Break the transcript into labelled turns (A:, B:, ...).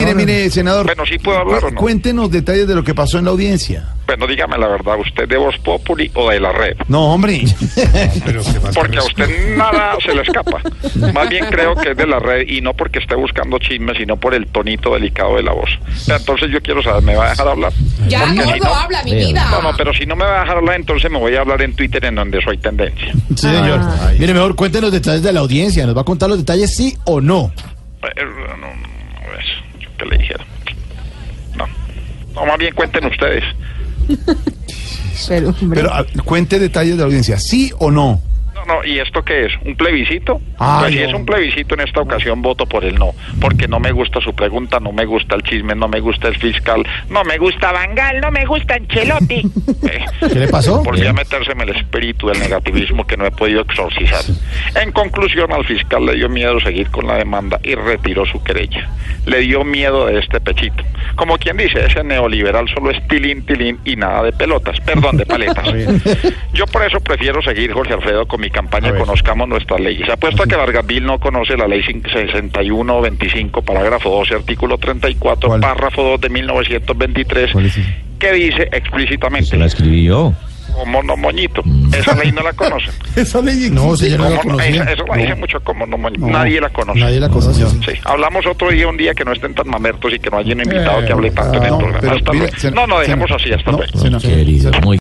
A: Mire, mire, senador.
B: Bueno, ¿sí puedo hablar o no?
A: Cuéntenos detalles de lo que pasó en la audiencia.
B: Bueno, dígame la verdad, ¿usted de Voz Populi o de la red?
A: No, hombre.
B: Porque a usted nada se le escapa. Más bien creo que es de la red y no porque esté buscando chismes, sino por el tonito delicado de la voz. Pero entonces yo quiero saber, ¿me va a dejar hablar?
C: Ya,
B: Porque
C: gordo,
B: si no-
C: habla, mi vida.
B: No, no, pero si no me va a dejar hablar, entonces me voy a hablar en Twitter en donde soy tendencia.
A: Sí, señor. Mire, mejor cuéntenos detalles de la audiencia. ¿Nos va a contar los detalles sí o no?
B: Pero, no, a ver, ¿yo ¿qué le dijera? No. No, más bien cuenten ustedes.
A: Pero ah, cuente detalles de la audiencia, sí o no.
B: No, no, ¿y esto qué es? ¿Un plebiscito?
A: Ay,
B: pues si es un
A: hombre.
B: plebiscito en esta ocasión, voto por el no, porque no me gusta su pregunta, no me gusta el chisme, no me gusta el fiscal, no me gusta Bangal, no me gusta Ancelotti. Eh,
A: ¿Qué le pasó?
B: Volví a metérseme el espíritu del negativismo que no he podido exorcizar. En conclusión, al fiscal le dio miedo seguir con la demanda y retiró su querella. Le dio miedo de este pechito. Como quien dice, ese neoliberal solo es tilín, tilín y nada de pelotas, perdón, de paletas. Yo por eso prefiero seguir, Jorge Alfredo, con mi campaña Conozcamos nuestras leyes. Apuesto a que Vargasville no conoce la ley 6125, parágrafo 12, artículo 34,
A: ¿Cuál?
B: párrafo 2 de 1923,
A: ¿Cuál es ese?
B: que dice explícitamente...
D: escribí yo.
B: Como no moñito. Esa ley no la conocen.
A: Esa ley No, si yo no la
B: Como no-
A: conocía.
B: esa, esa la dice mucho como no moñito. Nadie la conoce.
A: Nadie la conoce. sí.
B: Sí. Hablamos otro día, un día que no estén tan mamertos y que no hayan invitado que hable tanto en el
A: No,
B: programa.
A: pero
B: Hasta
A: mire,
B: luego.
A: sena-
B: no, no, dejemos
A: sena-
B: así. Hasta
A: no,
B: luego.
A: senador.
D: Querido, muy